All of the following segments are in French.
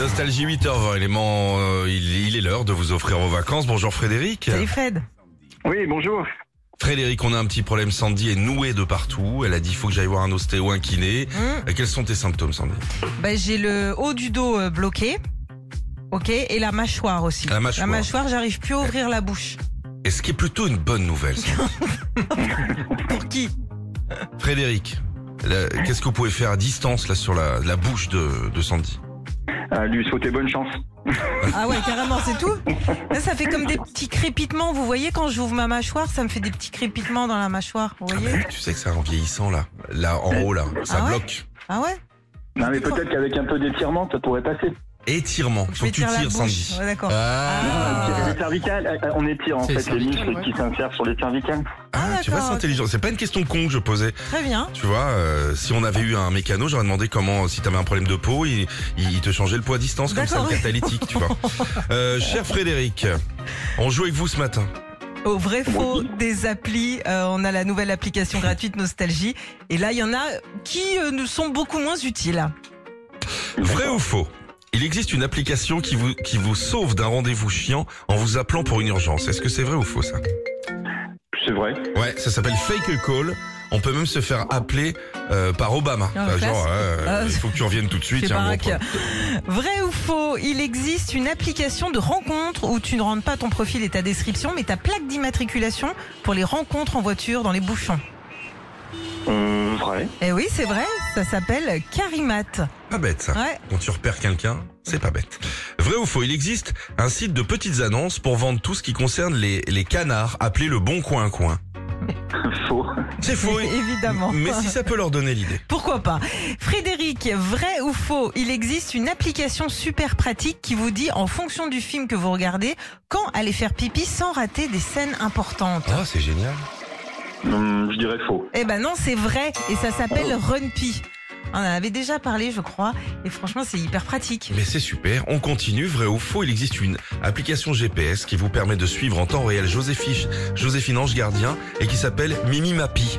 Nostalgie 8h20, élément, euh, il, il est l'heure de vous offrir vos vacances. Bonjour Frédéric. Salut Fred. Oui, bonjour. Frédéric, on a un petit problème. Sandy est nouée de partout. Elle a dit, faut que j'aille voir un ostéo, un kiné. Hmm. Euh, Quels sont tes symptômes, Sandy Bah, j'ai le haut du dos euh, bloqué. Ok, et la mâchoire aussi. La mâchoire. j'arrive plus à ouvrir la bouche. Et ce qui est plutôt une bonne nouvelle. Sandy. Pour qui Frédéric, là, qu'est-ce que vous pouvez faire à distance là sur la, la bouche de, de Sandy Euh, lui souhaiter bonne chance. Ah ouais, carrément, c'est tout Là, ça fait comme des petits crépitements. Vous voyez, quand j'ouvre ma mâchoire, ça me fait des petits crépitements dans la mâchoire. Vous Ah bah voyez oui, Tu sais que ça en vieillissant là, là en haut là, ça Ah ouais bloque. Ah ouais Non, mais peut-être qu'avec un peu d'étirement, ça pourrait passer. Étirement. Faut que je Faut que tu m'étire tires, la bouche. Sandy. Ouais, d'accord. Ah. Ah. Les cervicales, euh, on étire en C'est fait les cervical, muscles ouais. qui s'insèrent sur les cervicales. Ah, tu vois, d'accord, c'est ok. intelligent. C'est pas une question con que je posais. Très bien. Tu vois, euh, si on avait eu un mécano, j'aurais demandé comment, si t'avais un problème de peau, il, il te changeait le poids à distance, comme ça, D'accord, le oui. catalytique, tu vois. Euh, cher Frédéric, on joue avec vous ce matin. Au vrai faux des applis, euh, on a la nouvelle application gratuite Nostalgie. Et là, il y en a qui euh, nous sont beaucoup moins utiles. Vrai ou faux Il existe une application qui vous, qui vous sauve d'un rendez-vous chiant en vous appelant pour une urgence. Est-ce que c'est vrai ou faux, ça C'est vrai. Ouais, ça s'appelle Fake a Call. On peut même se faire appeler euh, par Obama. Ah, Enfin, genre, classe. euh, Ah. il faut que tu reviennes tout de suite. Chez il y a un Barack. gros problème. Vrai ou faux, il existe une application de rencontre où tu ne rentres pas ton profil et ta description, mais ta plaque d'immatriculation pour les rencontres en voiture dans les bouchons. Euh, vrai. Eh oui, c'est vrai, ça s'appelle Carimat. Pas bête, ça. Ouais. Quand tu repères quelqu'un, c'est pas bête. Vrai ou faux, il existe un site de petites annonces pour vendre tout ce qui concerne les, les canards, appelé le bon coin coin. Faux. C'est faux, et- Évidemment. mais si ça peut leur donner l'idée. Pourquoi pas Frédéric, vrai ou faux, il existe une application super pratique qui vous dit, en fonction du film que vous regardez, quand aller faire pipi sans rater des scènes importantes. Ah, c'est génial. Hum, je dirais faux. Eh ben non, c'est vrai, et ça s'appelle Runpee. On en avait déjà parlé, je crois, et franchement, c'est hyper pratique. Mais c'est super. On continue, vrai ou faux, il existe une application GPS qui vous permet de suivre en temps réel Joséphine, Joséphine Ange Gardien et qui s'appelle Mimi Mappy.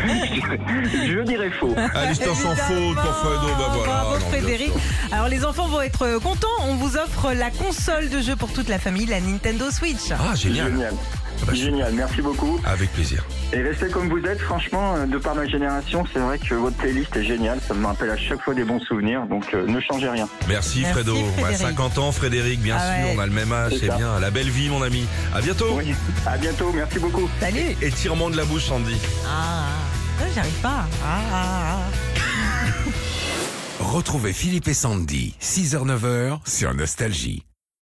Je dirais faux. Allez, je t'en s'en faute Évidemment. pour Fredo, bah voilà. Bravo Non, bien Frédéric. sûr. Alors les enfants vont être euh, contents, on vous offre la console de jeu pour toute la famille, la Nintendo Switch. Ah, génial. Génial. bah, Génial, merci beaucoup. Avec plaisir. Et restez comme vous êtes, franchement, euh, de par ma génération, c'est vrai que votre playlist est géniale, ça me rappelle à chaque fois des bons souvenirs, donc euh, ne changez rien. Merci, Merci, Fredo. Frédéric. Bah, 50 ans, Frédéric, bien Ah sûr. ouais. On a le même âge, C'est c'est ça. bien. La belle vie, mon ami. À bientôt. Oui, à bientôt, merci beaucoup. Salut Étirement de la bouche, Sandy. Ah, ah, j'arrive pas. Ah, ah, ah. Retrouvez Philippe et Sandy, 6h-9h sur Nostalgie.